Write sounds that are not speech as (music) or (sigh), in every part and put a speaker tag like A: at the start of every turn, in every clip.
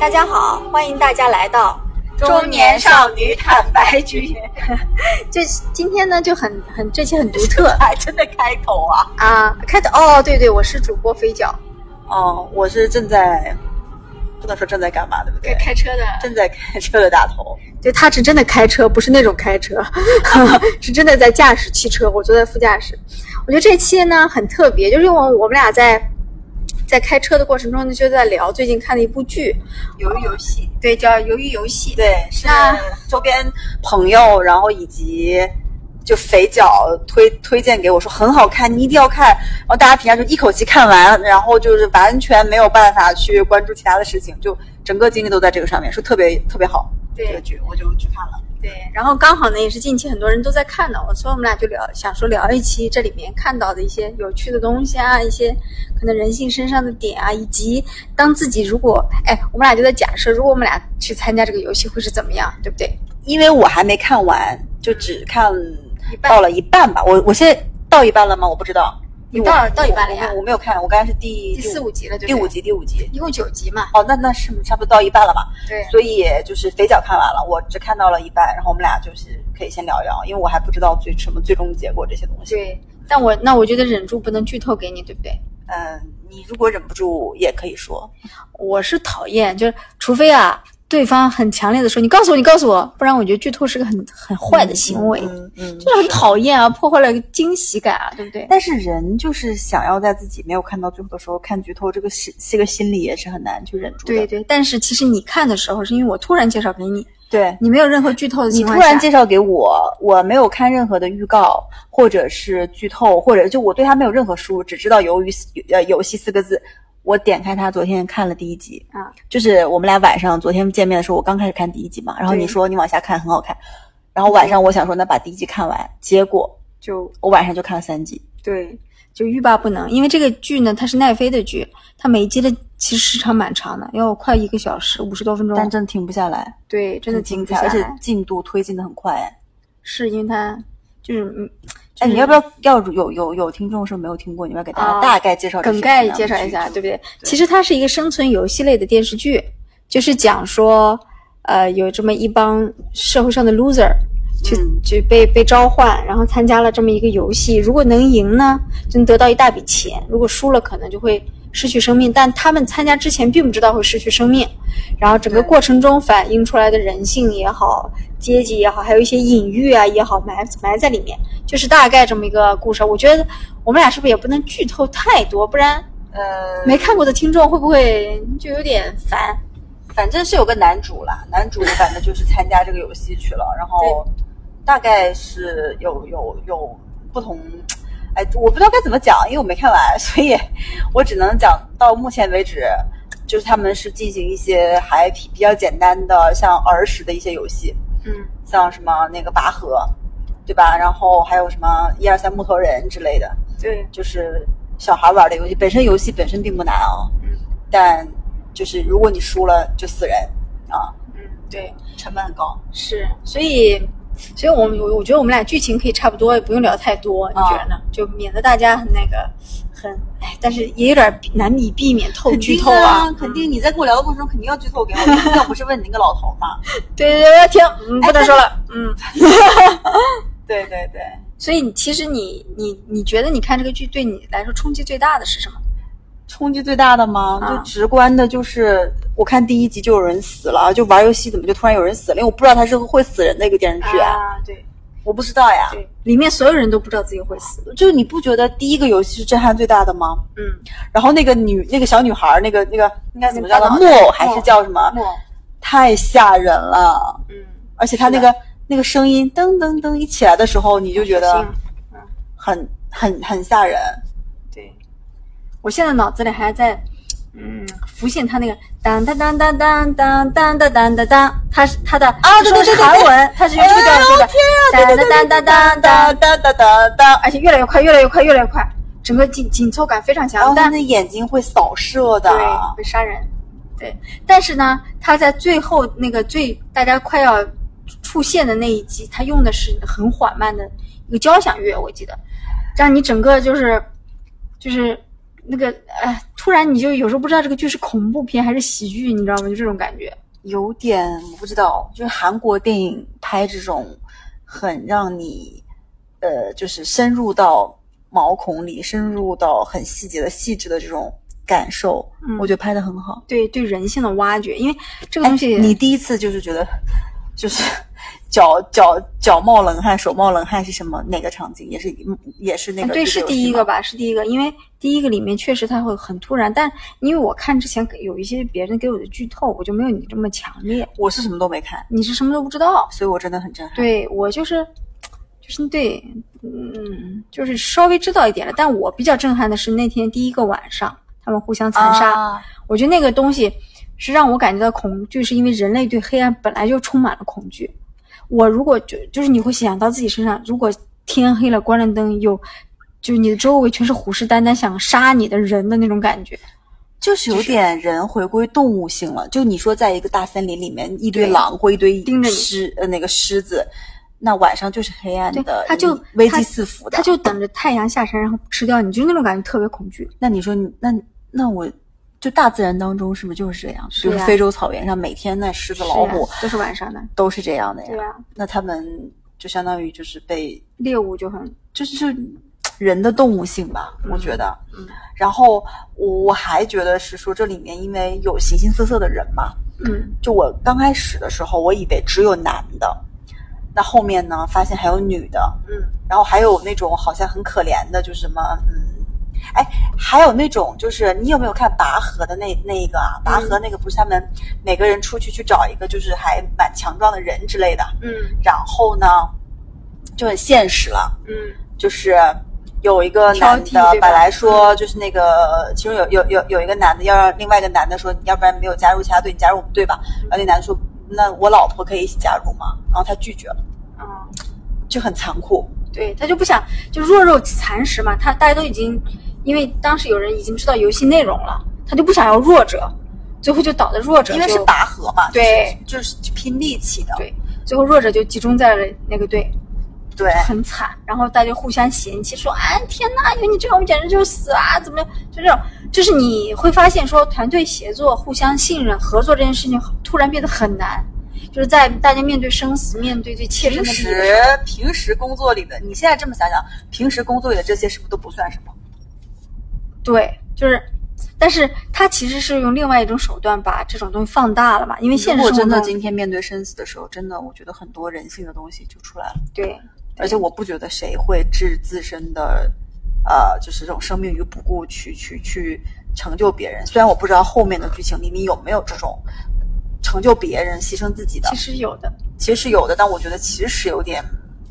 A: 大家好，欢迎大家来到
B: 中年少女坦白局，
A: 就今天呢就很很这期很独特
B: 还真的开头啊！
A: 啊，开头哦，对对，我是主播肥脚，
B: 哦，我是正在，不能说正在干嘛，对不对？
C: 开车的，
B: 正在开车的大头，
A: 对，他是真的开车，不是那种开车， (laughs) 是真的在驾驶汽车，我坐在副驾驶。我觉得这期呢很特别，就是我我们俩在在开车的过程中呢就在聊最近看的一部剧，
B: 鱿鱼游戏，
A: 对，叫《鱿鱼游戏》。
B: 对，是
A: 那
B: 周边朋友，然后以及就肥脚推推荐给我说很好看，你一定要看。然后大家评价就一口气看完，然后就是完全没有办法去关注其他的事情，就整个精力都在这个上面，说特别特别好。
A: 对
B: 这个剧我就去看了。
A: 对，然后刚好呢也是近期很多人都在看的，我所以我们俩就聊，想说聊一期这里面看到的一些有趣的东西啊，一些可能人性身上的点啊，以及当自己如果哎，我们俩就在假设，如果我们俩去参加这个游戏会是怎么样，对不对？
B: 因为我还没看完，就只看
A: 一半
B: 到了一半吧。我我现在到一半了吗？我不知道。
A: 你
B: 因为
A: 到
B: 我
A: 到一半了呀
B: 我我没有看，我刚才是第
A: 第四五集了，对不
B: 第
A: 对？
B: 五，集第五集。
A: 一共九集嘛。
B: 哦，那那是差不多到一半了吧？
A: 对
B: 所以就是肥脚看完了，我只看到了一半，然后我们俩就是可以先聊一聊，因为我还不知道最什么最终结果这些东西。
A: 对，但我那我觉得忍住不能剧透给你，对不对？
B: 嗯，你如果忍不住也可以说，
A: 我是讨厌，就是除非啊，对方很强烈的说你告诉我，你告诉我，不然我觉得剧透是个很很坏的行为。
B: 嗯嗯。
A: 就是很讨厌啊，破坏了惊喜感啊，对不对？
B: 但是人就是想要在自己没有看到最后的时候看剧透，这个心这个心理也是很难去忍住的。
A: 对对，但是其实你看的时候，是因为我突然介绍给你，
B: 对，
A: 你没有任何剧透的
B: 你
A: 情
B: 突
A: 况下，
B: 然介绍给我，我没有看任何的预告，或者是剧透，或者就我对它没有任何输入，只知道鱿鱼四呃游戏四个字。我点开它，昨天看了第一集，
A: 啊，
B: 就是我们俩晚上昨天见面的时候，我刚开始看第一集嘛，然后
A: 对
B: 你说你往下看很好看，然后晚上我想说那把第一集看
A: 嗯
B: 完，结果
A: 就
B: 我晚上就看了三集，
A: 对，就欲罢不能。因为这个剧呢，它是奈飞的剧，它每一集的其实时长蛮长的，要快一个小时五十多分钟。
B: 但真的停不下来，
A: 对，真的
B: 很精
A: 不
B: 彩，
A: 下
B: 而且
A: 来
B: 进度推进的很快。哎
A: 是因为它就是嗯，就
B: 哎，
A: 是
B: 你要不要要有有有听众是没有听过，你要不要给大家
A: 啊
B: 大概介绍这
A: 梗
B: 是
A: 概
B: 什么样的
A: 介绍一
B: 剧
A: 下，
B: 种
A: 对不对？其实它是一个生存游戏类的电视剧，就是讲说，呃，有这么一帮社会上的 loser，去、
B: 嗯
A: 去被被召唤，然后参加了这么一个游戏。如果能赢呢，就能得到一大笔钱；如果输了，可能就会失去生命。但他们参加之前并不知道会失去生命，然后整个
B: 对
A: 过程中反映出来的人性也好，阶级也好，还有一些隐喻啊也好，埋埋在里面，就是大概这么一个故事。我觉得我们俩是不是也不能剧透太多，不然
B: 呃，
A: 没看过的听众会不会就有点烦？
B: 反正是有个男主啦，男主反正就是参加这个游戏去了，然后大概是有有有不同，哎，我不知道该怎么讲，因为我没看完，所以 (laughs) 我只能讲到目前为止，就是他们是进行一些还比比较简单的，像儿时的一些游戏，
A: 嗯，
B: 像什么那个拔河，对吧？然后还有什么一二三木头人之类的，
A: 对，
B: 就是小孩玩的游戏。本身游戏本身并不难啊、
A: 嗯
B: 但就是如果你输了就死人啊，
A: 嗯，对，
B: 成本很高。
A: 是，所以，所以我们我我觉得我们俩剧情可以差不多，也不用聊太多，你
B: 啊
A: 觉得呢？就免得大家很那个，很哎，但是也有点难以避免透剧透啊。
B: 肯定你在跟我聊的过程中肯定要剧透给我， (laughs) 要不是问你那个老头嘛。
A: 对对对，停，
B: 哎
A: 嗯不能说了，嗯。
B: 对对对，
A: 所以你其实你你你觉得你看这个剧对你来说冲击最大的是什么？
B: 冲击最大的吗？
A: 啊
B: 就直观的，就是我看第一集就有人死了，就玩游戏怎么就突然有人死了？因为我不知道它是个会死人的一个电视剧，啊，
A: 啊，对
B: 我不知道呀。
A: 对，里面所有人都不知道自己会死。
B: 就是你不觉得第一个游戏是震撼最大的吗？
A: 嗯，
B: 然后那个女那个小女孩儿，那个那个应该怎么叫呢？
A: 那个
B: 木偶还是叫什么？
A: 莫，
B: 太吓人了！
A: 嗯，
B: 而且她那个那个声音噔噔噔一起来的时候，你就
A: 小
B: 觉得
A: 心
B: 很很很吓人。
A: 对，我现在脑子里还在，嗯，浮现他那个当当当当当当当当当当当，他是他的啊
B: 对对对对哎
A: 韩文，他是用这个调子的，
B: 啊
A: 当当当当当
B: 哒
A: 当，
B: 哒哒哒哒，
A: 而且越来越快，越来越快，越来越快，整个紧紧凑感非常
B: 然后
A: 强，
B: 她
A: 但
B: 那眼睛会扫射的。
A: 对会杀人，对，但是呢，他在最后那个最大家快要出现的那一集，他用的是很缓慢的一个交响乐，我记得，让你整个就是就是那个哎，突然你就有时候不知道这个剧是恐怖片还是喜剧，你知道吗？就这种感觉。
B: 有点我不知道，就是韩国电影拍这种很让你呃，就是深入到毛孔里，深入到很细节的、细致的这种感受，
A: 嗯
B: 我觉得拍的很好。
A: 对对人性的挖掘，因为这个
B: 哎
A: 东西，
B: 你第一次就是觉得就是脚脚脚冒冷汗，手冒冷汗是什么？哪个场景？也是也是那
A: 哎
B: 个、
A: 对是第一个？吧，是第一个，因为第一个里面确实它会很突然，但因为我看之前有一些别人给我的剧透，我就没有你这么强烈，
B: 我是什么都没看，
A: 你是什么都不知道。
B: 所以我真的很震撼。
A: 对我就是，就是对，嗯，就是稍微知道一点了。但我比较震撼的是那天第一个晚上，他们互相残杀，
B: 啊
A: 我觉得那个东西是让我感觉到恐惧，是因为人类对黑暗本来就充满了恐惧。我如果就就是你会想到自己身上，如果天黑了关了灯，有就是你的周围全是虎视眈眈想杀你的人的那种感觉。
B: 就是有点人回归动物性了。就你说，在一个大森林里面，一堆
A: 对
B: 狼或一堆
A: 盯着你
B: 狮呃那个狮子，那晚上就是黑暗的，
A: 对它就
B: 危
A: 它
B: 机四伏的。
A: 他就等着太阳下山，然后吃掉你，就那种感觉特别恐惧。
B: 那你说你那那我就大自然当中是不是就是这样？
A: 是
B: 比如
A: 呀
B: 非洲草原上每天那狮子
A: 是
B: 老
A: 呀
B: 虎啊
A: 都是晚上的，
B: 都是这样的
A: 对啊
B: 呀。
A: 呀、
B: 那他们就相当于就是被
A: 猎物就很
B: 就是就人的动物性吧，我觉得。
A: 嗯
B: 然后我我还觉得是说这里面因为有形形色色的人嘛，
A: 嗯
B: 就我刚开始的时候，我以为只有男的，那后面呢，发现还有女的，
A: 嗯
B: 然后还有那种好像很可怜的，就是什么，嗯，哎，还有那种就是你有没有看拔河的那那个啊？拔河那个不是他们每个人出去去找一个就是还蛮强壮的人之类的，
A: 嗯
B: 然后呢，就很现实了。
A: 嗯
B: 就是有一个男
A: 挑剔
B: 的
A: 对吧
B: 本来说就是那个，其中有有有有一个男的要让另外一个男的说，你要不然没有加入其他队，你加入我们队吧。然后那男的说，那我老婆可以一起加入吗？然后他拒绝了，
A: 啊，
B: 就很残酷。
A: 对他就不想就弱肉残食嘛，他大家都已经因为当时有人已经知道游戏内容了，他就不想要弱者，最后就倒在弱者就，
B: 因为是拔河嘛，
A: 对
B: 就是，就是拼力气的，
A: 对，最后弱者就集中在了那个队，
B: 对
A: 很惨，然后大家就互相嫌弃说，啊天呐，有你这种简直就是死啊，怎么样？就这种，就是你会发现说团队协作、互相信任、合作这件事情突然变得很难，就是在大家面对生死、面对最切身
B: 平
A: 的利益的时候
B: 时平时工作里的，你现在这么想想，平时工作里的这些是不是都不算什么？
A: 对，就是，但是他其实是用另外一种手段把这种东西放大了嘛，因为现
B: 如
A: 实
B: 果
A: 生活
B: 嗯真
A: 中
B: 的今天面对生死的时候，真的我觉得很多人性的东西就出来了。
A: 对
B: 而且我不觉得谁会置自身的，呃，就是这种生命于不顾去去去成就别人。虽然我不知道后面的剧情里你有没有这种成就别人、牺牲自己的
A: 其，实有的
B: 其实有的，但我觉得其实有点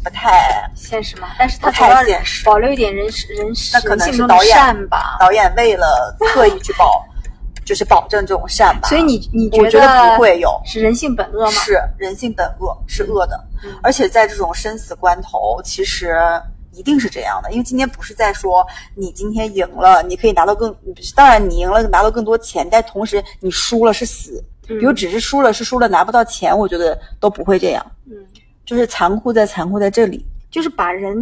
B: 不太。
A: 现实嘛，但是他
B: 不
A: 主
B: 太
A: 要
B: 现实
A: 保留一点人是人
B: 那可
A: 人
B: 能
A: 性
B: 是
A: 中的
B: 导演
A: 善吧，
B: 导演为了刻意去
A: (laughs)
B: 保，就是保证这种善吧。
A: 所以你你
B: 我觉得不会有，
A: 是人性本恶嘛？
B: 是人性本恶，是恶的。
A: 嗯
B: 而且在这种生死关头，其实一定是这样的，因为今天不是在说你今天赢了，你可以拿到更，当然你赢了拿到更多钱，但同时你输了是死，
A: 嗯
B: 比如只是输了是输了拿不到钱，我觉得都不会这样，
A: 嗯，
B: 就是残酷在残酷在这里。
A: 就是把人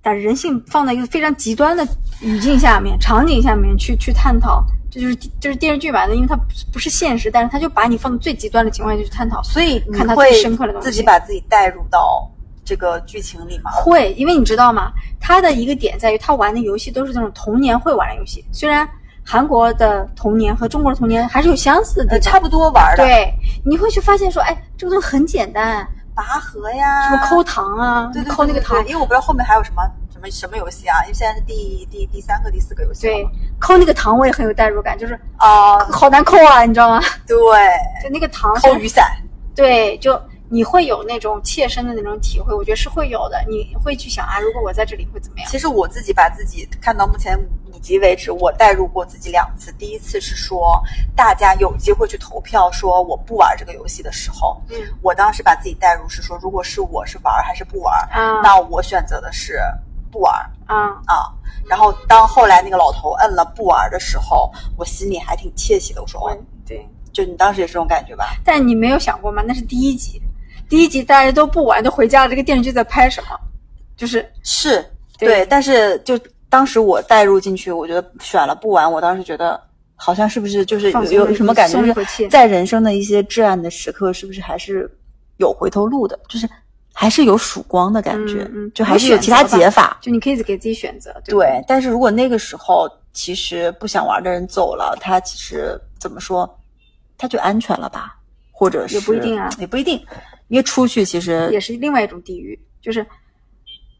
A: 把人性放在一个非常极端的语境下面、场景下面去去探讨，这就是就是电视剧版的，因为它不是不是现实，但是它就把你放最极端的情况下去探讨，
B: 所以你
A: 看他
B: 会
A: 最深刻的东西
B: 自己把自己带入到这个剧情里吗？
A: 会，因为你知道吗？他的一个点在于，他玩的游戏都是那种童年会玩的游戏。虽然韩国的童年和中国的童年还是有相似的
B: 呃，
A: 地
B: 差
A: 方，
B: 不多玩的，
A: 对，你会去发现说，哎，这个东西很简单，
B: 拔河呀，
A: 什么抠糖啊，
B: 对对对
A: 抠那个
B: 对对
A: 糖，
B: 因为我不知道后面还有什么什么什么游戏啊，因为现在是第第第三个、第四个游戏了
A: 对
B: 嘛，
A: 抠那个糖我也很有代入感，就是
B: 啊、
A: 好难抠啊，你知道吗？
B: 对，
A: 就那个糖
B: 抠雨伞，
A: 对，就你会有那种切身的那种体会，我觉得是会有的。你会去想啊，如果我在这里会怎么样？
B: 其实我自己把自己看到目前五集为止，我代入过自己两次。第一次是说大家有机会去投票，说我不玩这个游戏的时候，
A: 嗯
B: 我当时把自己代入是说，如果是我是玩还是不玩？
A: 啊
B: 那我选择的是不玩
A: 啊，
B: 啊。然后当后来那个老头摁了不玩的时候，我心里还挺窃喜的。我说，
A: 我
B: 哦
A: 对。
B: 就你当时也是这种感觉吧？
A: 但你没有想过吗？那是第一集，第一集大家都不玩，都回家了，这个电视剧在拍什么？就是
B: 是
A: 对
B: 对，但是就当时我带入进去，我觉得选了不玩，我当时觉得好像是不是就是有
A: 放松
B: 有
A: 了
B: 什么感觉，
A: 松了一
B: 就
A: 口
B: 是
A: 气
B: 在人生的一些至暗的时刻，是不是还是有回头路的？就是还是有曙光的感觉，
A: 嗯嗯
B: 就还是有其他解法。
A: 就你可以给自己选择，对吧
B: 对，但是如果那个时候其实不想玩的人走了，他其实怎么说，他就安全了吧？或者是
A: 也不一定啊
B: 也不一定，因为出去其实
A: 也是另外一种地狱，就是，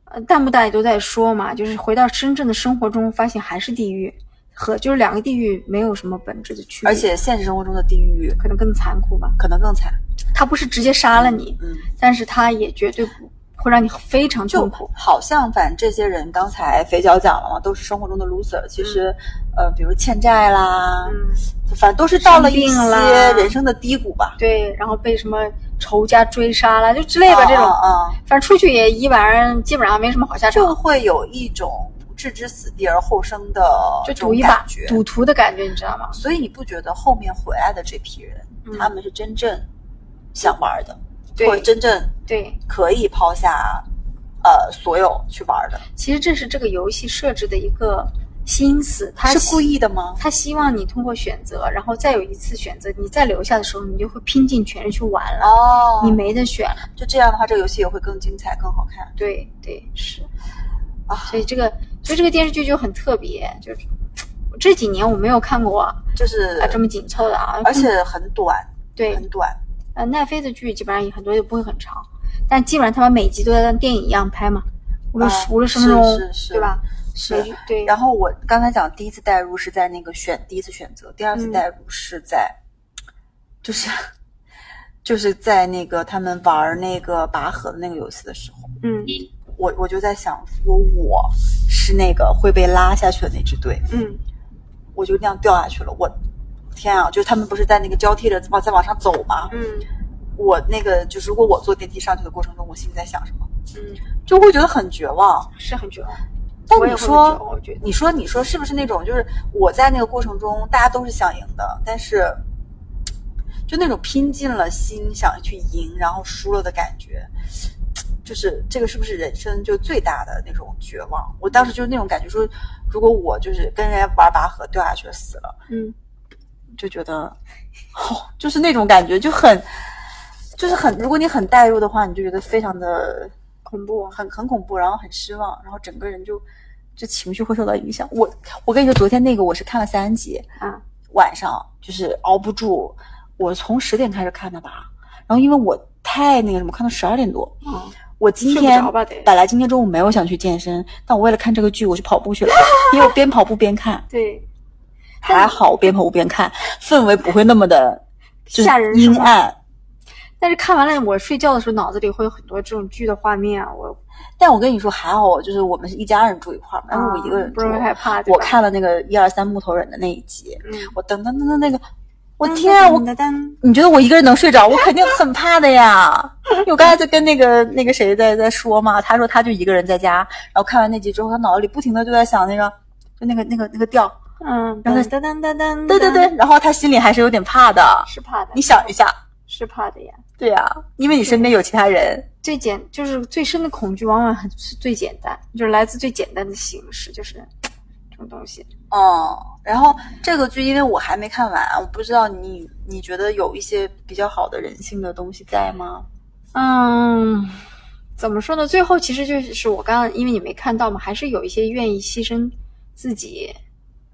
A: 呃，弹幕大家都在说嘛，就是回到真正的生活中，发现还是地狱，和就是两个地狱没有什么本质的区别，
B: 而且现实生活中的地狱
A: 可能更残酷吧。
B: 可能更惨。
A: 他不是直接杀了你，
B: 嗯，
A: 但是他也绝对不会让你非常
B: 就
A: 痛苦。
B: 好像反正这些人刚才肥脚讲了嘛，都是生活中的 loser。其实，呃，比如欠债啦，
A: 嗯，
B: 反正都是到了一
A: 生病
B: 些
A: 啦
B: 人生的低谷吧。
A: 对，然后被什么仇家追杀了，就之类的
B: 啊
A: 这种，
B: 啊啊
A: 反正出去也一晚上基本上没什么好下场
B: 就，会有一种置之死地而后生的
A: 就
B: 这
A: 赌
B: 种
A: 一把
B: 感觉。
A: 赌徒的感觉，你知道吗？
B: 所以你不觉得后面回来的这批人，
A: 嗯
B: 他们是真正想玩的，
A: 对
B: 或者真正
A: 对，
B: 可以抛下呃所有去玩的？
A: 其实这是这个游戏设置的一个心思，它
B: 是
A: 希
B: 故意的吗？
A: 他希望你通过选择，然后再有一次选择，你再留下的时候，你就会拼尽全力去玩了，
B: 哦，
A: 你没得选了。
B: 就这样的话，这个游戏也会更精彩、更好看。
A: 对对是，
B: 啊
A: 所以这个所以这个电视剧就很特别，就是我这几年我没有看过啊
B: 就是，
A: 这么紧凑的啊，
B: 而且很短，
A: 对
B: 很短。
A: 呃奈飞的剧基本上也很多也不会很长，但基本上他们每集都在当电影一样拍嘛，无论、
B: 啊
A: 无论什么时候
B: 是是是
A: 对吧？
B: 是
A: 每对，
B: 然后我刚才讲第一次代入是在那个选第一次选择，第二次
A: 嗯
B: 代入是在，就是 (laughs) 就是在那个他们玩那个拔河的那个游戏的时候，
A: 嗯
B: 我我就在想，如果我是那个会被拉下去的那支队，
A: 嗯
B: 我就那样掉下去了。我天啊！就是他们不是在那个交替着往再往上走吗？
A: 嗯
B: 我那个就是如果我坐电梯上去的过程中，我心里在想什么，
A: 嗯，
B: 就会觉得很绝望。
A: 是很绝望。
B: 但
A: 我也
B: 你
A: 会
B: 说
A: 很绝望我觉得
B: 你说，你说是不是那种就是我在那个过程中，大家都是想赢的，但是就那种拼尽了心想去赢，然后输了的感觉，就是这个是不是人生就最大的那种绝望？我当时就是那种感觉说，如果我就是跟人家玩拔河掉下去了死了，
A: 嗯，
B: 就觉得，哦，就是那种感觉就很。就是很，如果你很代入的话，你就觉得非常的
A: 恐怖啊。
B: 很很恐怖，然后很失望，然后整个人就就情绪会受到影响。我我跟你说，昨天那个我是看了三集，
A: 啊
B: 晚上就是熬不住，我从十点开始看的吧，然后因为我太那个什么，看到十二点多。
A: 嗯
B: 我今
A: 睡
B: 天
A: 不着吧得
B: 本来今天中午没有想去健身，但我为了看这个剧，我去跑步去了，因为我边跑步
A: (laughs)
B: 边看，
A: 对，
B: 还好我边跑步边看，氛围不会那么的就是
A: 吓人是
B: 阴
A: 吗
B: 暗。
A: 但是看完了，我睡觉的时候脑子里会有很多这种剧的画面啊，我
B: 但我跟你说，还好，就是我们是一家人住一块儿嘛，然后我
A: 啊
B: 一个人
A: 不
B: 住，
A: 容易害怕。对
B: 我
A: 吧，
B: 看了那个一二三木头人的那一集，
A: 嗯，
B: 我噔噔噔噔那个，我天啊，我
A: 噔噔
B: 你觉得我一个人能睡着？我肯定很怕的呀。因为我刚才在跟那个那个谁在在说嘛，他说他就一个人在家，然后看完那集之后，他脑子里不停的就在想那个就那个那个那个调，
A: 嗯，
B: 然后
A: 噔噔噔噔噔，
B: 对对对，，然后他心里还是有点怕的。
A: 是怕的，
B: 你想一下，
A: 是怕的呀。
B: 对呀、因为你身边有其他人，
A: 最简就是最深的恐惧，往往很是最简单，就是来自最简单的形式，就是这种东西。
B: 嗯，然后这个剧因为我还没看完，我不知道你你觉得有一些比较好的人性的东西在吗？
A: 嗯，怎么说呢？最后其实就是我刚刚，因为你没看到嘛，还是有一些愿意牺牲自己，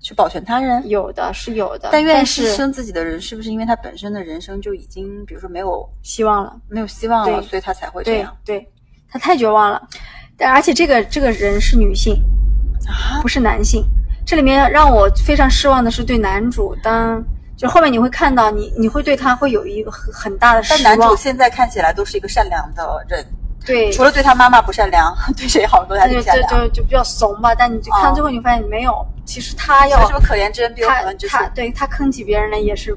B: 去保全他人？
A: 有的是有的，
B: 但愿意
A: 是
B: 牺牲自己的人，是不是因为他本身的人生就已经，比如说没有
A: 希望了。
B: 没有希望了，
A: 对
B: 所以他才会这
A: 对
B: 样
A: 对，他太绝望了。但而且这个这个人是女性，
B: 啊？
A: 不是男性。这里面让我非常失望的是对男主，当就后面你会看到你你会对他会有一个很很大的失
B: 但男主
A: 望。
B: 现在看起来都是一个善良的人，
A: 对，
B: 除了对他妈妈不善良， (laughs) 对谁好像都还
A: 他
B: 挺
A: 就
B: 善
A: 就
B: 良。
A: 就就比较怂吧。但你就看
B: 哦
A: 到最后，你发现没有，其实他要
B: 所以说，可怜之人必有可
A: 他
B: 恨之处。
A: 他对他坑起别人呢，也是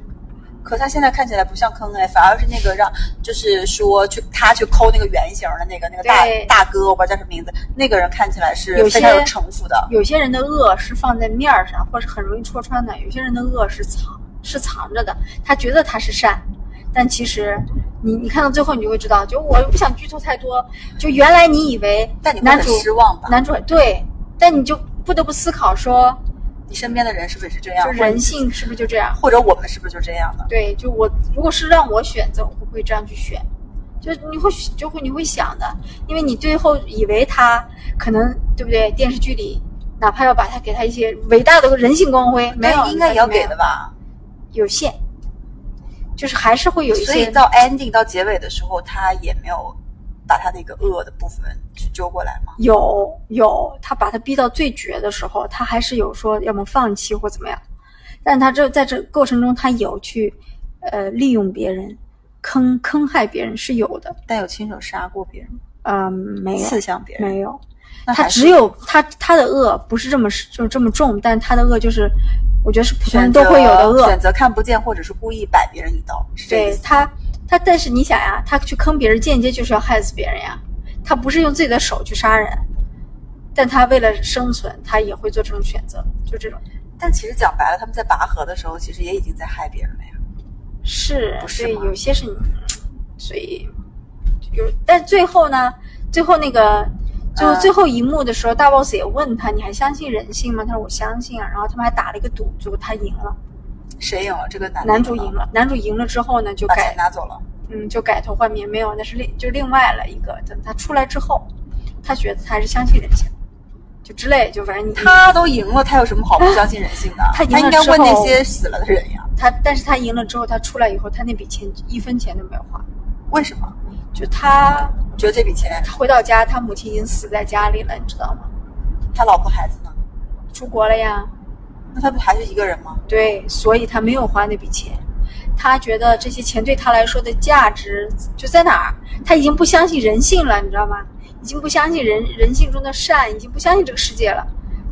B: 可他现在看起来不像坑哎，反而是那个让，就是说去他去抠那个圆形的那个那个大
A: 对
B: 大哥，我不知道叫什么名字，那个人看起来是
A: 有
B: 非
A: 些
B: 常有城府的。
A: 有些人的恶是放在面儿上，或是很容易戳穿的；有些人的恶是藏是藏着的，他觉得他是善，但其实你你看到最后，你就会知道，就我不想剧透太多，就原来你以为
B: 但你会
A: 男
B: 很
A: 主
B: 失望吧？
A: 男主对，但你就不得不思考说，
B: 你身边的人是不是也是这样？
A: 就
B: 或者
A: 人性是不是就这样？
B: 或者我们是不是就这样的？
A: 对，就我如果是让我选择，我会不会这样去选？就你会就会你会想的，因为你最后以为他可能对不对？电视剧里哪怕要把他给他一些伟大的人性光辉，没有
B: 应该也要
A: 没有
B: 给的吧？
A: 有限，就是还是会有一
B: 所以
A: 些
B: 到 ending 到结尾的时候，他也没有把他那个恶的部分去揪过来嘛。
A: 有有，他把他逼到最绝的时候，他还是有说要么放弃或怎么样，但他这在这过程中，他有去呃利用别人、坑坑害别人是有的，
B: 但有亲手杀过别人吗，
A: 嗯，没有
B: 刺向别人，
A: 没有，
B: 那
A: 他
B: 还是
A: 只有他他的恶不是这么就是这么重，但他的恶就是我觉得是普通人
B: 选
A: 都
B: 择
A: 会有的恶，
B: 选择看不见或者是故意摆别人一刀，是这个意
A: 对
B: 思吗
A: 他，他但是你想呀，他去坑别人，间接就是要害死别人呀。他不是用自己的手去杀人，但他为了生存，他也会做这种选择，就这种
B: 但其实讲白了，他们在拔河的时候，其实也已经在害别人了呀。
A: 是，
B: 不是
A: 所以
B: 吗
A: 有些是你，所以有，但最后呢，最后那个。最后
B: 嗯
A: 最后一幕的时候，大 boss 也问他：“你还相信人性吗？”他说：“我相信啊。”然后他们还打了一个赌，最后他赢了，
B: 谁赢了？这个男的
A: 男主赢
B: 了，
A: 了。男主赢了之后呢，就
B: 把
A: 改
B: 钱拿走了。
A: 嗯，就改头换面，没有，那是另就另外了一个。等他出来之后，他觉得他还是相信人性，就之类，就反正你
B: 他都赢了，他有什么好不相信人性的？啊
A: 他
B: (laughs)
A: 赢
B: 他
A: 了
B: 应该问
A: 之
B: 那
A: 后
B: 些死了的人呀，
A: 他，但是他赢了之后，他出来以后，他那笔钱一分钱都没有花。
B: 为什么？
A: 就他
B: 觉得这笔钱，
A: 他回到家，他母亲已经死在家里了，你知道吗？
B: 他老婆孩子呢？
A: 出国了呀，
B: 那他不还是一个人吗？
A: 对，所以他没有花那笔钱。他觉得这些钱对他来说的价值就在哪儿？他已经不相信人性了，你知道吗？已经不相信人人性中的善，已经不相信这个世界了。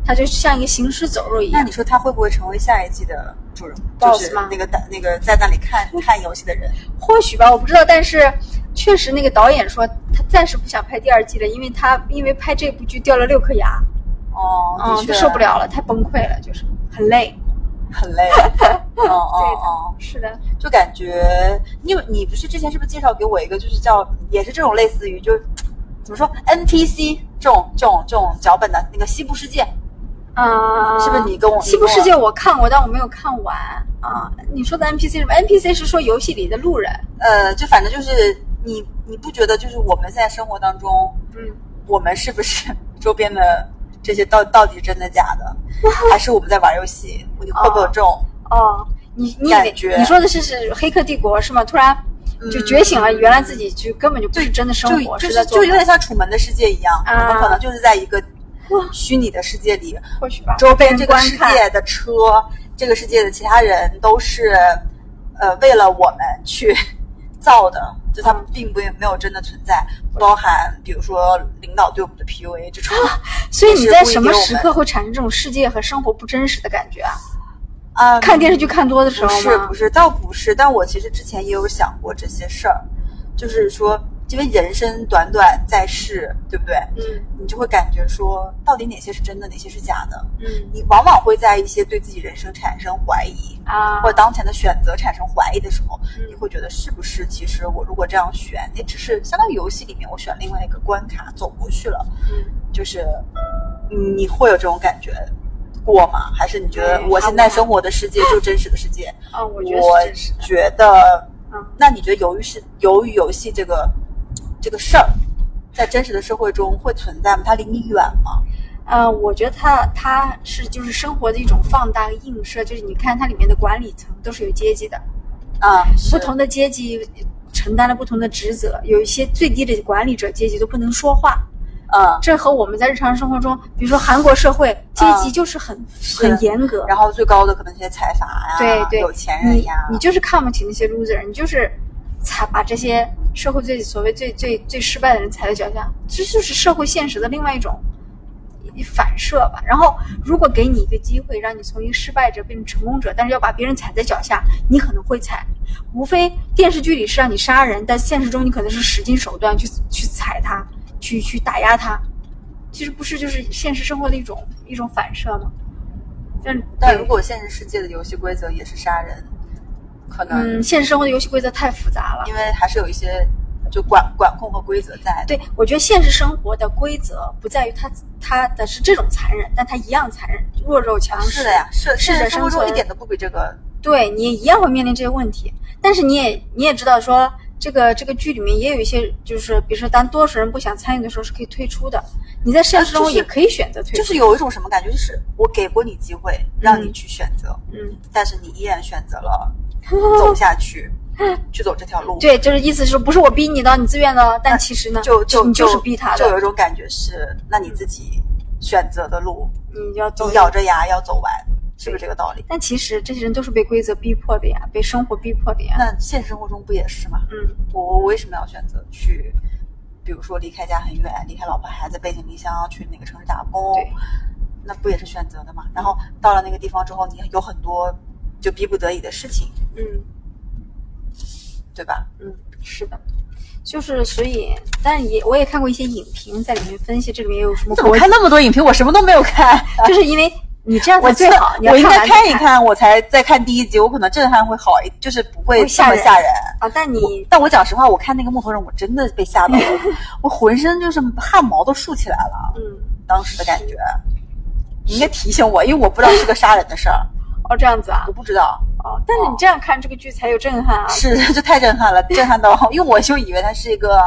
A: 他就像一个行尸走肉一样
B: 那。你说他会不会成为下一季的主人就
A: 嗯 Boss
B: 是
A: 吗嗯
B: 那个在那个在那里看看游戏的人，
A: 或许吧，我不知道，但是确实那个导演说他暂时不想拍第二季了，因为他因为拍这部剧掉了六颗牙，
B: 哦，的
A: 嗯，
B: 确
A: 他受不，了了，太崩溃了，就是很累。
B: 很累。
A: (laughs)
B: 哦哦哦，
A: 是的，
B: 就感觉你有你不是之前是不是介绍给我一个，就是叫也是这种类似于就怎么说 NPC 这种这种这种脚本的那个《西部世界》，
A: 啊，
B: 是不是你跟我
A: 《西部世界》我看过，但我没有看完啊。你说的 NPC 是什么？NPC 是说游戏里的路人，
B: 呃，就反正就是你你不觉得就是我们现在生活当中，
A: 嗯，
B: 我们是不是 (laughs) 周边的这些到到底是真的假的，还是我们在玩游戏？你会不会有这种？
A: 哦，你你以
B: 感
A: 为
B: 觉
A: 你说的是是《黑客帝国》是吗？突然就觉醒了，原来自己就根本就不是真的生
B: 就
A: 活，
B: 就是是
A: 在
B: 就
A: 做
B: 有点像《楚门的世界》一样，我
A: 啊
B: 们可能就是在一个虚拟的世界里，
A: 或许吧，
B: 周边这个
A: 观
B: 世
A: 看
B: 界的车，这个世界的其他人都是呃为了我们去造的，就他们并不没有真的存在，包含比如说领导对我们的 PUA 这种。
A: 所以你在
B: 是
A: 什么
B: 故意给我
A: 时刻会产生这种世界和生活不真实的感觉啊？
B: 啊，
A: 看电视剧看多的时
B: 不
A: 候
B: 是
A: 吗？
B: 不是，倒不是，但我其实之前也有想过这些事儿，就是说，因为人生短短在世，对不对？
A: 嗯
B: 你就会感觉说，到底哪些是真的，哪些是假的？
A: 嗯
B: 你往往会在一些对自己人生产生怀疑，
A: 啊
B: 或者当前的选择产生怀疑的时候，
A: 嗯
B: 你会觉得是不是其实我如果这样选，也只是相当于游戏里面我选另外一个关卡走过去了，
A: 嗯
B: 就是嗯你会有这种感觉过吗？还是你觉得
A: 对
B: 我
A: 差
B: 现
A: 不
B: 在
A: 多
B: 生活的世界就是真实的世界？
A: 啊，我觉得
B: 我
A: 是真实的。
B: 觉得
A: 嗯，
B: 那你觉得鱿鱼是鱿鱼游戏这个这个事儿，在真实的社会中会存在吗？它离你远吗？
A: 呃，我觉得它它是就是生活的一种放大映射，就是你看它里面的管理层都是有阶级的，
B: 啊，
A: 不同的阶级承担了不同的职责，有一些最低的管理者阶级都不能说话，
B: 啊，
A: 这和我们在日常生活中，比如说韩国社会阶级就是很、很严格，
B: 然后最高的可能是些财阀呀，
A: 对对，
B: 啊有钱人呀
A: 你，你就是看不起那些 loser，你就是踩把这些社会最所谓最最最失败的人踩在脚下，这就是社会现实的另外一种反射吧。然后，如果给你一个机会，让你从一个失败者变成成功者，但是要把别人踩在脚下，你可能会踩。无非电视剧里是让你杀人，但现实中你可能是使尽手段去去踩他，去去打压他。其实不是，就是现实生活的一种一种反射吗？但
B: 但
A: 对
B: 如果现实世界的游戏规则也是杀人，可能
A: 嗯嗯，现实生活的游戏规则太复杂了。
B: 因为还是有一些就管管控和规则在。
A: 对，我觉得现实生活的规则不在于他他的是这种残忍，但他一样残忍，弱肉强食。
B: 是的呀，
A: 适
B: 是现
A: 者
B: 实生
A: 生
B: 活中
A: 存
B: 一。点都不比这个
A: 对你一样会面临这些问题，但是你也你也知道说，这个这个剧里面也有一些，就是比如说当多数人不想参与的时候是可以退出的，你在现实
B: 啊
A: 中
B: 就是
A: 也可以选择退出。
B: 就是有一种什么感觉，就是我给过你机会让你去选择，
A: 嗯，
B: 但是你依然选择 (laughs) 了走下去，去走这条路。
A: 对，就是意思是不是我逼你的，你自愿的，但其实呢，
B: 啊就就
A: 你
B: 就
A: 就是逼他
B: 就有
A: 的，
B: 一种感觉是，那你自己选择的路，
A: 你要走
B: 你。咬着牙要走完，是不是这个道理？
A: 但其实这些人都是被规则逼迫的呀，被生活逼迫的呀。
B: 那现实生活中不也是吗？
A: 嗯，
B: 我我为什么要选择去，比如说离开家很远，离开老婆孩子，背井离乡去哪个城市打工
A: 对，
B: 那不也是选择的吗？然后到了那个地方之后，你有很多就逼不得已的事情，
A: 嗯。
B: 对吧？
A: 嗯，是的，就是所以，但也我也看过一些影评，在里面分析这里面有什么
B: 怎么
A: 国，
B: 看那么多影评？我什么都没有看。
A: 就是因为你这样才
B: 我
A: 最
B: 知道
A: 好，你要
B: 我应该
A: 完再
B: 看一看，我才再看第一集，我可能震撼会好一，就是不会
A: 会
B: 这
A: 吓
B: 么
A: 人
B: 吓人。
A: 啊。但你
B: 但我讲实话，我看那个木头人，我真的被吓到了，
A: (laughs)
B: 我浑身就是汗毛都竖起来了，
A: 嗯，
B: 当时的感觉。你应该提醒我，因为我不知道是个杀人的事儿，
A: 哦这样子啊
B: 我，不知道。
A: 哦，但是你这样看这个剧才有震撼啊。
B: 是，这太震撼了，震撼到，因为我就以为它是一个，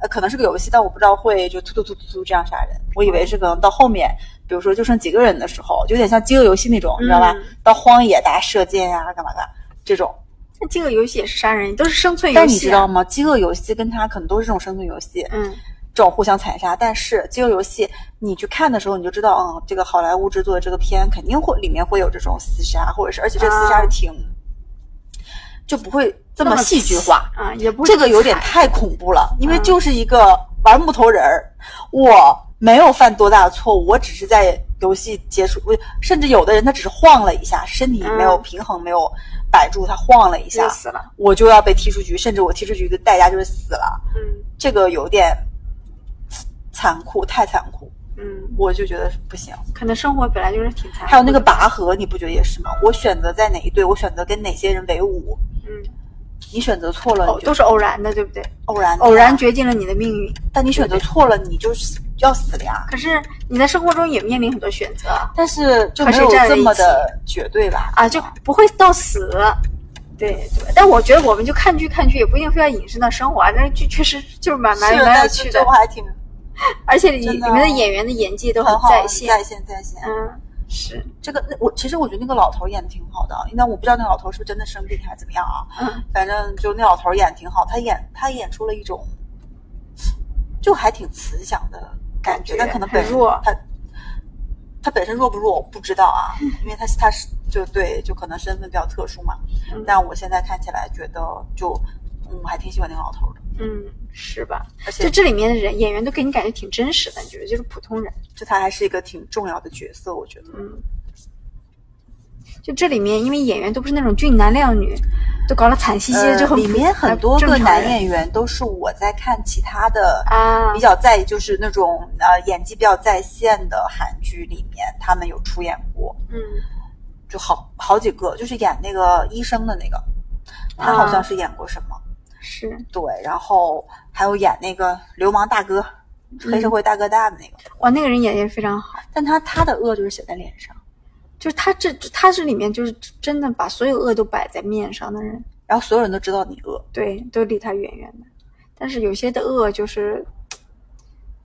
B: 呃，可能是个游戏，但我不知道会就突突突突突这样杀人。我以为是可能到后面，比如说就剩几个人的时候，就有点像饥饿游戏那种，你知道吧
A: 嗯？
B: 到荒野打射箭呀、干嘛干嘛这种。
A: 那这个游戏也是杀人，都是生存游戏、啊。
B: 但你知道吗？饥饿游戏跟它可能都是这种生存游戏，
A: 嗯，
B: 这种互相残杀。但是饥饿游戏，你去看的时候，你就知道，嗯，这个好莱坞制作的这个片肯定会里面会有这种厮杀，或者是而且这个厮杀
A: 啊
B: 是挺、就不会这
A: 那
B: 么
A: 么
B: 戏剧化。
A: 啊，也不会
B: 这个有点
A: 惨嗯
B: 太恐怖了，因为就是一个玩木头人儿，我没有犯多大的错误，我只是在游戏结束，不甚至有的人他只是晃了一下，身体没有
A: 嗯
B: 平衡，没有摆住，他晃了一下
A: 就，死了。
B: 我就要被踢出局，甚至我踢出局的代价就是死了，
A: 嗯
B: 这个有点残酷，太残酷，
A: 嗯，
B: 我就觉得不行。
A: 可能生活本来就是挺残酷的。
B: 还有那个拔河，你不觉得也是吗？我选择在哪一队，我选择跟哪些人为伍，
A: 嗯，
B: 你选择错了，
A: 哦，都
B: 你呃就是啊
A: 偶然的，对不对？
B: 偶然的
A: 偶
B: 呀
A: 然决定了你的命运。
B: 但你选择错了，你就是要死的呀。
A: 可是你在生活中也面临很多选择啊
B: 但是就没有这么的绝对吧？
A: 啊，就不会到死。对对，但我觉得我们就看剧看剧，也不一定非要引申到生活啊。但是剧确实就是蛮蛮
B: 是，
A: 蛮有
B: 但
A: 趣
B: 是
A: 的
B: 我，还挺
A: 而且里
B: 真的
A: 里面的演员的演技都
B: 很好，
A: 在
B: 在
A: 线。
B: 在线在线。
A: 嗯，是，
B: 这个那我其实我觉得那个老头演的挺好的，那我不知道那个老头是不是真的生病还是怎么样啊？
A: 嗯
B: 反正就那老头演得挺好，他演他演出了一种就还挺慈祥的感觉，
A: 感觉
B: 但可能本
A: 很弱
B: 他他本身弱不弱我不知道啊，因为他他是就对就可能身份比较特殊嘛。
A: 嗯
B: 但我现在看起来觉得就嗯，我还挺喜欢那个老头的，
A: 嗯，是吧？
B: 而且
A: 就这里面的人演员都给你感觉挺真实的，你觉得就是普通人。
B: 就他还是一个挺重要的角色，我觉得。
A: 嗯，就这里面因为演员都不是那种俊男靓女，都搞得惨兮兮的，
B: 呃
A: 就很
B: 里面很多个男
A: 员
B: 演员都是我在看其他的
A: 啊
B: 比较在就是那种呃演技比较在线的韩剧里面，他们有出演过，
A: 嗯
B: 就好好几个，就是演那个医生的那个，他好
A: 啊
B: 像是演过什么，
A: 是
B: 对，然后还有演那个流氓大哥、黑社
A: 嗯
B: 会大哥大的那个，
A: 哇，那个人演的也非常好。
B: 但他他的恶就是写在脸上，
A: 就是他这他这里面就是真的把所有恶都摆在面上的人，
B: 然后所有人都知道你恶，
A: 对，都离他远远的。但是有些的恶就是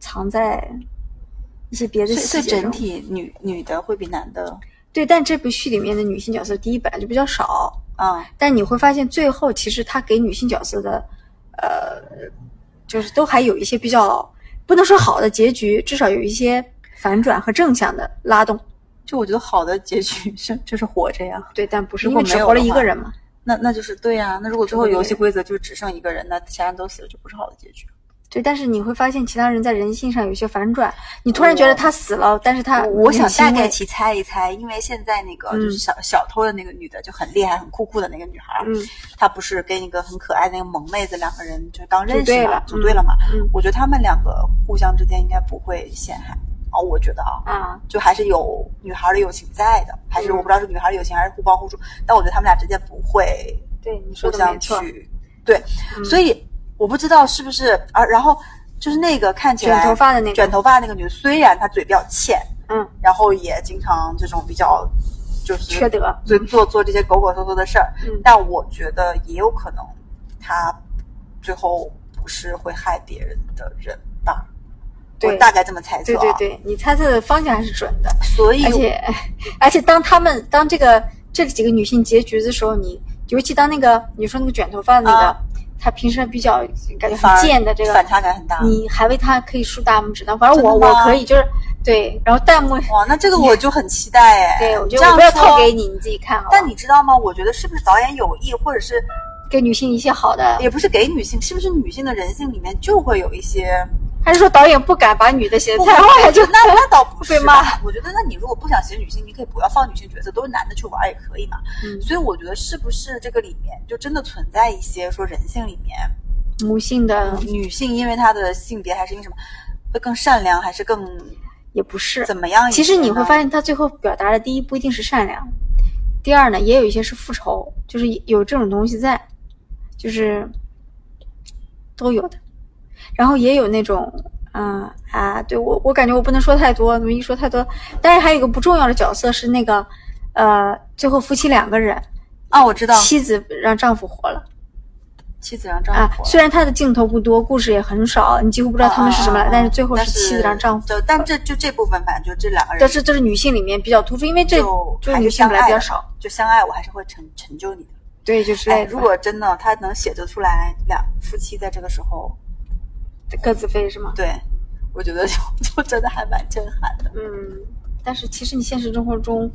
A: 藏在一些别的
B: 所以
A: 细
B: 所以
A: 节
B: 整
A: 中。
B: 体女女的会比男的，
A: 对，但这部剧里面的女性角色，第一本来就比较少，
B: 嗯，
A: 但你会发现最后其实他给女性角色的，呃，就是都还有一些比较不能说好的结局，至少有一些反转和正向的拉动。
B: 就我觉得好的结局 (laughs) 是就是活着呀。
A: 对，但不是
B: 如
A: 因
B: 果
A: 为只
B: 没有
A: 活了
B: 的
A: 一
B: 话
A: 个人嘛。
B: 那那就是对呀、那如果最后
A: 对
B: 游戏规则就只剩一个人，那其他人都死了，就不是好的结局。
A: 对，但是你会发现其他人在人性上有些反转，你突然觉得
B: 我
A: 他死了，但是他
B: 我我想
A: 很欣
B: 大概
A: 慰
B: 去猜一猜，因为现在那个
A: 嗯
B: 就是小、小偷的那个女的就很厉害、很酷酷的那个女孩，
A: 嗯
B: 她不是跟一个很可爱的那个萌妹子两个人就刚认
A: 组队
B: 识
A: 了
B: 嘛，组队了嘛。
A: 嗯
B: 我觉得他们两个互相之间应该不会陷害哦，我觉得啊，
A: 啊，
B: 就还是有女孩的友情在的，还是
A: 嗯
B: 我不知道是女孩的友情还是互帮互助，但我觉得他们俩之间不会
A: 对你说
B: 互
A: 的
B: 相
A: 没错，
B: 去对，
A: 嗯
B: 所以我不知道是不是啊，然后就是那个看起来
A: 卷头发的那个
B: 卷头发那个女的，虽然她嘴比较欠，
A: 嗯，
B: 然后也经常这种比较就是
A: 缺德
B: 做做做这些狗狗偷偷的事儿，
A: 嗯
B: 但我觉得也有可能她最后不是会害别人的人吧，我
A: 对
B: 大概这么猜测、
A: 对
B: 啊，哎
A: 对对，你猜测的方向还是准的。
B: 所以
A: 而
B: 我
A: 且而且当他们当这个这几个女性结局的时候，你尤其当那个你说那个卷头发的那个，
B: 啊
A: 她平时比较感觉
B: 反而
A: 很贱的这个
B: 反，差感很大。
A: 你还为她可以竖大拇指呢。反正我
B: 真的
A: 我
B: 吗
A: 可以就是对，然后弹幕
B: 哇，那这个我就很期待哎。
A: 对我觉
B: 这
A: 得
B: 样
A: 我不要
B: 说
A: 透给。你，你自己看好吧。
B: 但你知道吗？我觉得是不是导演有意，或者是
A: 给女性一些好的，
B: 也不是给女性，是不是女性的人性里面就会有一些
A: 还是说导演不敢把女的写的
B: 不
A: 太坏，就
B: 那那倒不是
A: 被
B: 吧
A: 骂
B: 我觉得，那你如果不想写女性，你可以不要放女性角色，都是男的去玩也可以嘛。
A: 嗯
B: 所以我觉得是不是这个里面就真的存在一些说人性里面，
A: (laughs) 母性的
B: 女性因为她的性别还是因为什么，会更善良，还是更
A: 也不是。
B: 怎么样一些
A: 其
B: 呢？
A: 实你会发现，他最后表达的第一不一定是善良，第二呢，也有一些是复仇，就是有这种东西在，就是都有的。然后也有那种，嗯啊，对我我感觉我不能说太多，怎么一说太多？但是还有一个不重要的角色是那个，呃，最后夫妻两个人，
B: 啊，我知道
A: 妻子让丈夫活了
B: 妻子让丈
A: 啊
B: 夫、。
A: 虽然他的镜头不多，故事也很少，你几乎不知道他们是什么
B: 啊
A: 了，
B: 啊啊
A: 但是最后
B: 但
A: 是
B: 是
A: 妻子让丈夫
B: 就但这就这部分，反正就这两个人，
A: 但是这是女性里面比较突出，因为这
B: 就
A: 就是
B: 还
A: 女
B: 是
A: 性
B: 相
A: 本
B: 爱
A: 来比较
B: 的
A: 少，
B: 就相爱，我还是会成成就你的。
A: 对，就之
B: 哎，
A: 类的吧。
B: 如果真的他能写作出来，两夫妻在这个时候，
A: 各自飞是吗？
B: 对我觉得就 (laughs) 就真的还蛮震撼的。
A: 嗯，但是其实你现实生活中，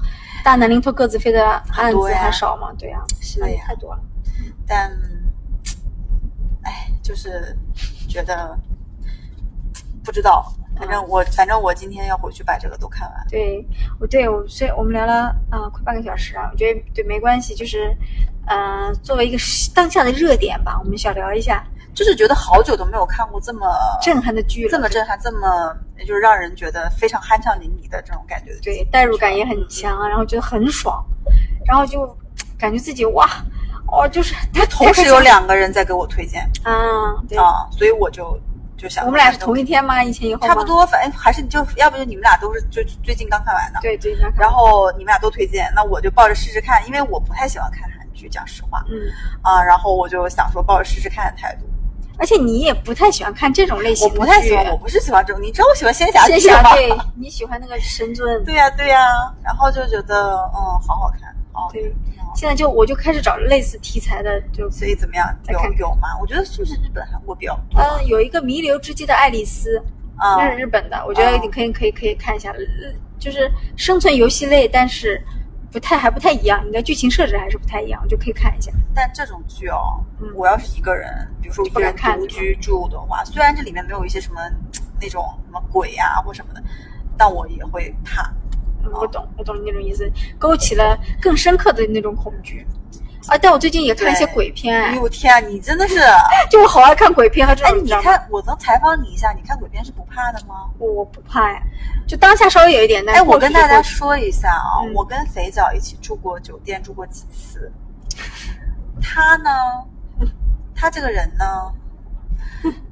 A: 大难临头各自飞的案
B: 很多
A: 子
B: 呀
A: 还少吗？对呀，是
B: 哎呀
A: 太多了。
B: 但，哎，就是觉得不知道，反
A: 嗯
B: 正我反正我今天要回去把这个都看完。
A: 对，我对我虽我们聊了啊、呃快半个小时啊，我觉得对没关系，就是呃作为一个时当下的热点吧，我们小聊一下
B: 就是觉得好久都没有看过这么
A: 震撼的剧了，
B: 这么震撼，这么就是让人觉得非常酣畅淋漓的这种感觉的剧。
A: 对，代入感也很强，啊然后觉得很爽，然后就感觉自己哇哦，就是他
B: 同时有两个人在给我推荐
A: 啊，对，
B: 啊，所以我就就想
A: 我们俩是同一天吗？一前一后吗
B: 差不。多，反正还是你就要不就你们俩都是最最近刚看完的，
A: 对对，那
B: 然后你们俩都推荐，那我就抱着试试看，因为我不太喜欢看韩剧，讲实话
A: 嗯，
B: 啊，然后我就想说抱着试试看的态度，
A: 而且你也不太喜欢看这种类型的
B: 我
A: 剧，
B: 不太喜欢，我不是喜欢这种，你知道我喜欢仙侠
A: 仙
B: 剧
A: 侠
B: 吗？
A: 对，你喜欢那个神尊，
B: 对呀对呀，然后就觉得嗯，好好看，哦，
A: 对
B: 然后
A: 现在就我就开始找类似题材的，就
B: 所以怎么样？
A: 再
B: 有
A: 看看
B: 有吗？我觉得是不是日本、韩国比较多
A: 嗯，有一个弥留之际的爱丽丝，
B: 啊？
A: 日日本的，我觉得
B: 哦
A: 你可以可以可以看一下，呃就是生存游戏类，但是不太还不太一样，应该剧情设置还是不太一样，就可以看一下。
B: 但这种剧哦，
A: 嗯
B: 我要是一个人，比如说我一
A: 不
B: 个
A: 敢
B: 人
A: 看
B: 独居住的话，虽然这里面没有一些什么那种什么鬼啊或什么的，但我也会怕。
A: 嗯我懂，我懂你那种意思，勾起了更深刻的那种恐惧。啊，但我最近也看一些
B: 对
A: 鬼片，
B: 哎
A: 哎
B: 呦，我天啊，你真的是！
A: 就我好爱看鬼片和这
B: 哎，
A: 种，
B: 你
A: 哎知道吗？
B: 看，我能采访你一下，你看鬼片是不怕的吗？
A: 我我不怕呀，就当下稍微有一点，但
B: 哎，
A: 是过
B: 我
A: 去
B: 跟
A: 就
B: 大家
A: 过去
B: 说一下啊、
A: 嗯
B: 我跟肥脚一起住过酒店，住过几次。他呢，他这个人
A: (laughs)
B: 呢，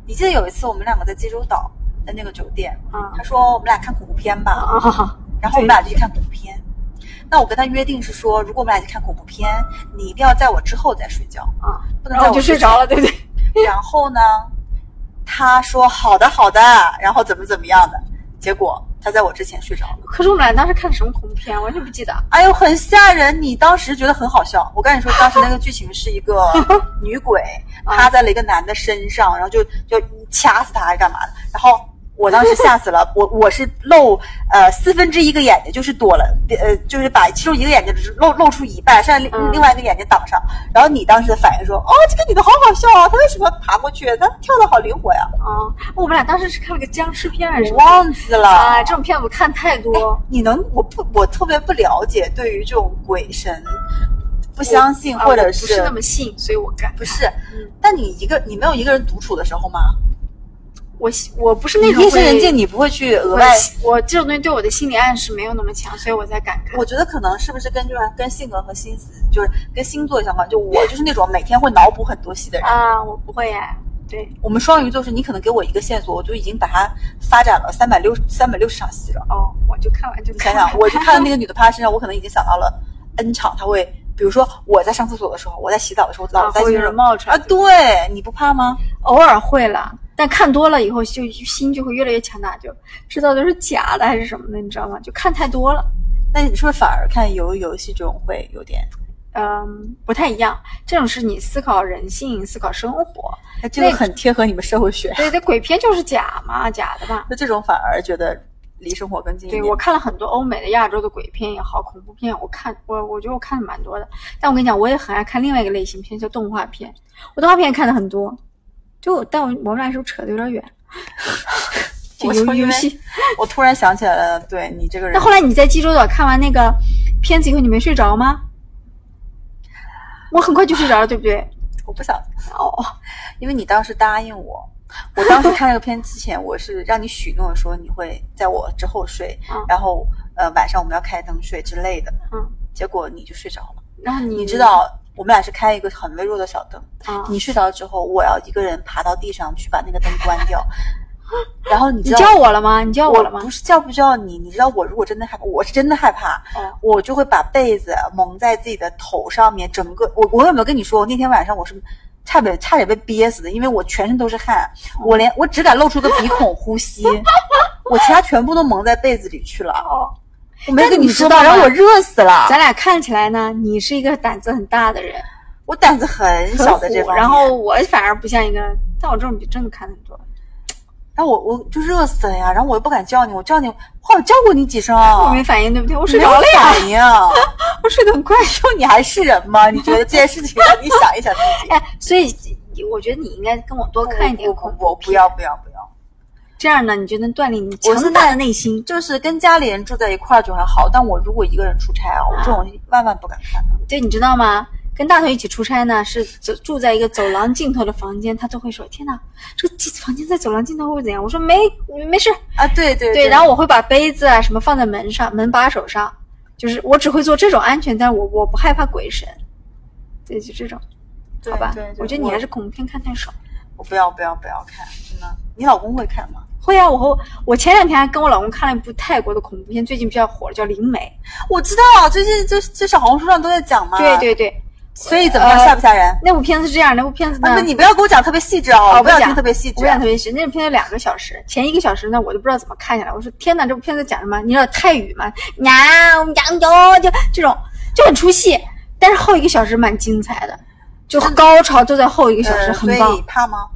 B: 你记得有一次我们两个在济州岛的那个酒店，
A: 啊
B: 他说我们俩看恐怖片吧，
A: 啊，
B: 然后我们俩就去看恐怖片。那我跟他约定是说，如果我们俩去看恐怖片，你一定要在我之后再睡觉，
A: 啊，
B: 不能
A: 然
B: 在
A: 后
B: 我
A: 就睡
B: 之前
A: 着了，对不对？
B: 然后呢，他说好的好的，然后怎么怎么样的，结果他在我之前睡着了。
A: 可是我们俩当时看什么恐怖片，啊完全不记得。
B: 哎呦，很吓人！你当时觉得很好笑。我跟你说，当时那个剧情是一
A: (laughs)
B: 个女鬼
A: 嗯
B: 趴在了一个男的身上，然后就就掐死他还是干嘛的。然后我当时吓死了，我我是露呃四分之一个眼睛，就是躲了，呃就是把其中一个眼睛只露露出一半，剩下另、
A: 嗯
B: 另外一个眼睛挡上。然后你当时的反应说：“哦，这个女的好好笑啊，她为什么爬过去？她跳的好灵活呀
A: 啊，我们俩当时是看了个僵尸片！”还是
B: 我
A: 什么？
B: 忘记了。
A: 啊，这种片我看太多，
B: 你能，我不，我特别不了解对于这种鬼神不相信，
A: 啊
B: 或者
A: 我不是那么信，所以我敢。
B: 不是
A: 嗯？
B: 但你一个你没有一个人独处的时候吗？
A: 我喜我不是
B: 你
A: 那种
B: 夜深
A: 会
B: 人静，你不会去额
A: 我
B: 外。
A: 我这种东西对我的心理暗示没有那么强，所以我才敢看。
B: 我觉得可能是不是跟就是跟性格和心思，就是跟星座相关。就我就是那种每天会脑补很多戏的人，
A: 啊，我不会哎，对，
B: 我们双鱼就是你可能给我一个线索，我就已经把它发展了三百六三百六十场戏了。
A: 哦，我就看完就
B: 你
A: (laughs)
B: 想想，我就看到那个女的趴她身上，我可能已经想到了 N 场，她会，比如说我在上厕所的时候，我在洗澡的时候，我
A: 脑
B: 老
A: 子
B: 在
A: 有
B: 想
A: 人冒出来
B: 啊，对，你不怕吗？
A: 偶尔会了，但看多了以后就心就会越来越强大，就知道都是假的还是什么的，你知道吗？就看太多了，
B: 那你是不是反而看游游戏这种会有点？
A: 嗯，不太一样。这种是你思考人性、思考生活，
B: 哎，这个
A: 那
B: 很贴合你们社会学。 (laughs)
A: 对对，鬼片就是假嘛，假的嘛。
B: 那这种反而觉得离生活更近一
A: 对
B: 点。
A: 我看了很多欧美的、亚洲的鬼片也好，恐怖片，我看我我觉得我看的蛮多的。但我跟你讲，我也很爱看另外一个类型片，叫动画片。我动画片看的很多，就但我我们俩是不是扯得有点
B: (laughs)
A: 远？就
B: 我
A: 游
B: 说因
A: 游
B: 为
A: 戏，
B: 我突然想起来了，对你这个人，
A: 那后来你在济州岛看完那个片子以后，你没睡着吗？我很快就睡着了，对不对？
B: 我不想，
A: 哦，
B: 因为你当时答应我，我当时看那个片之前，我是让你许诺说你会在我之后睡，
A: 嗯
B: 然后呃晚上我们要开灯睡之类的，
A: 嗯，
B: 结果你就睡着了。
A: 然后你
B: 你知，道我们俩是开一个很微弱的小灯，
A: 啊、
B: 你睡着之后，我要一个人爬到地上去把那个灯关
A: (laughs)
B: 掉，然后你
A: 你
B: 知道
A: 叫我了吗？你叫我
B: 我
A: 了吗
B: 不？是叫不叫你，你知道我如果真的害怕，我是真的害怕，
A: 哦
B: 我就会把被子蒙在自己的头上面，整个我我有没有跟你说，我那天晚上我是差点差点被憋死的，因为我全身都是汗，
A: 嗯
B: 我连我只敢露出个鼻孔
A: (laughs)
B: 呼吸，我其他全部都蒙在被子里去了，
A: 哦，
B: 我没
A: 那
B: 跟
A: 你知
B: 说
A: 道
B: 吧，
A: 吗
B: 然后我热死了，
A: 咱俩看起来呢，你是一个胆子很大的人，
B: 我胆子很
A: 很啊
B: 小的
A: 虎
B: 这方面，
A: 然后我反而不像一个，但我这种比真的看的很多。
B: 然后我我就热死了呀，然后我又不敢叫你，我叫你，后来我叫过你几声啊，
A: (laughs) 我没反应，对不对？我
B: 你
A: 睡
B: 没有
A: 着了 (laughs) 呀，
B: 反应。啊
A: 我睡得很快。。
B: (laughs) 就你还是人吗？你觉得这件事情啊让你想一想自
A: (laughs)
B: 己
A: 哎，所以我觉得你应该 (laughs) 跟我多看一点恐怖
B: 我不
A: 片，
B: 要不要不要，
A: 这样呢，你就能锻炼你
B: 我
A: 强大的内心。
B: 就是跟家里人住在一块儿就还好，但我如果一个人出差啊，我这种万万不敢看的。
A: 对，你知道吗？跟大头一起出差呢，是走住在一个走廊尽头的房间，他都会说：“天哪，这个房间在走廊尽头会怎样？”我说：“没，没事。
B: 啊，对”对
A: 对，然后我会把杯子啊什么放在门上、门把手上，就是我只会做这种安全，但是我我不害怕鬼神。对，就这种，
B: 对
A: 好吧
B: 对对？
A: 我觉得你还是恐怖片看太少。
B: 我不要不要不要看，真的。你老公会看吗？
A: 会啊，我和我前两天还跟我老公看了一部泰国的恐怖片，最近比较火了，叫《灵媒
B: 我知道，啊最近这这小红书上都在讲嘛。》。
A: 对，对对，
B: 所以怎么样，吓不吓人？
A: 那部片子是这样，那部片子呢？
B: 啊不，你不要给我讲特别细致哦，
A: 哦
B: 我不要
A: 不讲
B: 听特别细
A: 我
B: 致
A: 不。想特别是那部片子两个小时，前一个小时呢，我都不知道怎么看下来。我说天哪，这部片子讲什么？你知道泰语吗？呀，扬油就这种就很出戏，但是后一个小时蛮精彩的，就高潮都在后一个小时，
B: 呃所
A: 很棒
B: 以。怕吗？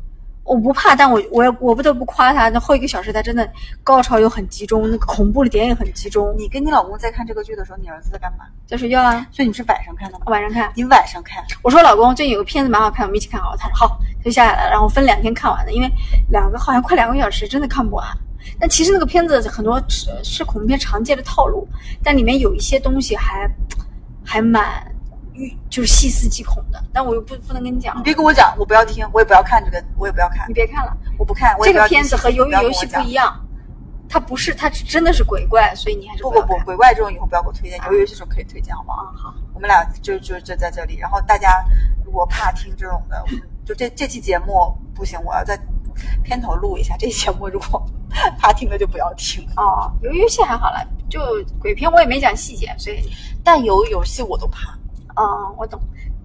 A: 我不怕，但我我也我不得不夸他，那后一个小时他真的高潮又很集中，那个恐怖的点也很集中。
B: 你跟你老公在看这个剧的时候，你儿子在干嘛？
A: 在睡觉啊，
B: 所以你是晚上看的吗？
A: 晚上看。
B: 你晚上看，
A: 我说老公，最近有个片子蛮好看，我们一起看好不好？他说好，他就下来了，然后分两天看完的，因为两个好像快两个小时，真的看不完。但其实那个片子很多是是恐怖片常见的套路，但里面有一些东西还还蛮就是细思极恐的，但我又不不能跟你讲
B: 你，别跟我讲，我不要听，我也不要看这个，我也不要
A: (laughs)
B: 看
A: 你。别看了。
B: 我不看，我也
A: 这
B: 不
A: 个
B: 要听
A: 片子和《鱿鱼游戏》不一
B: 样。
A: 样，它不是它真的是鬼怪，所以你还是
B: 不
A: 要
B: 不不
A: 看，。
B: 鬼怪这种以后不要给我推荐，
A: 啊
B: 鱿鱼游戏这种可以推荐，好不好？
A: 啊好，
B: 我们俩就就就在这里，然后大家如果怕听这种的，我们就这这期节目不行，我要在片头录一下。这期节目如果 (laughs) 怕听的就不要听。
A: 哦，《鱿鱼游戏》还好了，就鬼片我也没讲细节，所以
B: 但鱿鱼游戏我都怕，
A: 嗯，我懂，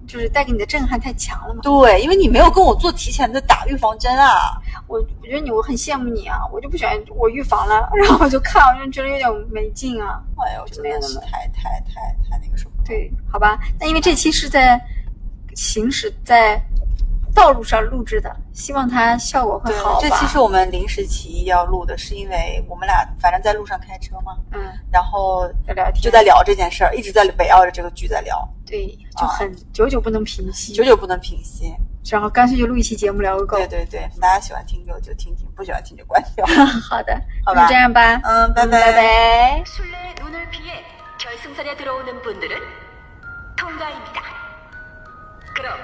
A: 就是带给你的震撼太强了嘛。
B: 对，因为你没有跟我做提前的打预防针啊。
A: 我我觉得你我很羡慕你啊，我就不喜欢我预防了，然后我就看，我就觉得有点没劲啊。
B: 哎呦，真的是太太太太那个什么了。
A: 对，好吧，那因为这期是在行驶在道路上录制的，希望它效果会
B: 对
A: 好吧。，
B: 这期是我们临时起意要录的，是因为我们俩反正在路上开车嘛，
A: 嗯，
B: 然后
A: 在聊天
B: 就在聊这件事儿，一直在围绕着这个剧在聊，
A: 对，就很、久久不能平息，
B: 久久不能平息。
A: 然后干脆就录一期节目聊个够。嗯
B: 对对对，大家喜欢听就就听听，不喜欢听就关
A: (laughs)
B: 掉。
A: 好的，
B: 好
A: 那
B: 吧
A: 就这样吧，
B: 嗯，
A: 嗯拜拜
C: 술래의 눈을 피해 결승선에 들어오는 분들은 통과입니다. 그럼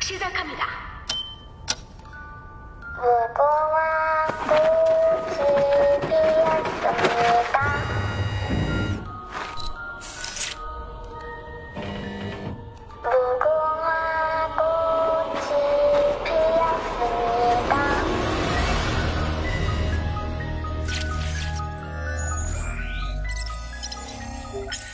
C: 시작합니다.
D: 무궁화 꽃이 피었습니다. 무궁화 꽃이 피었습니다. 네.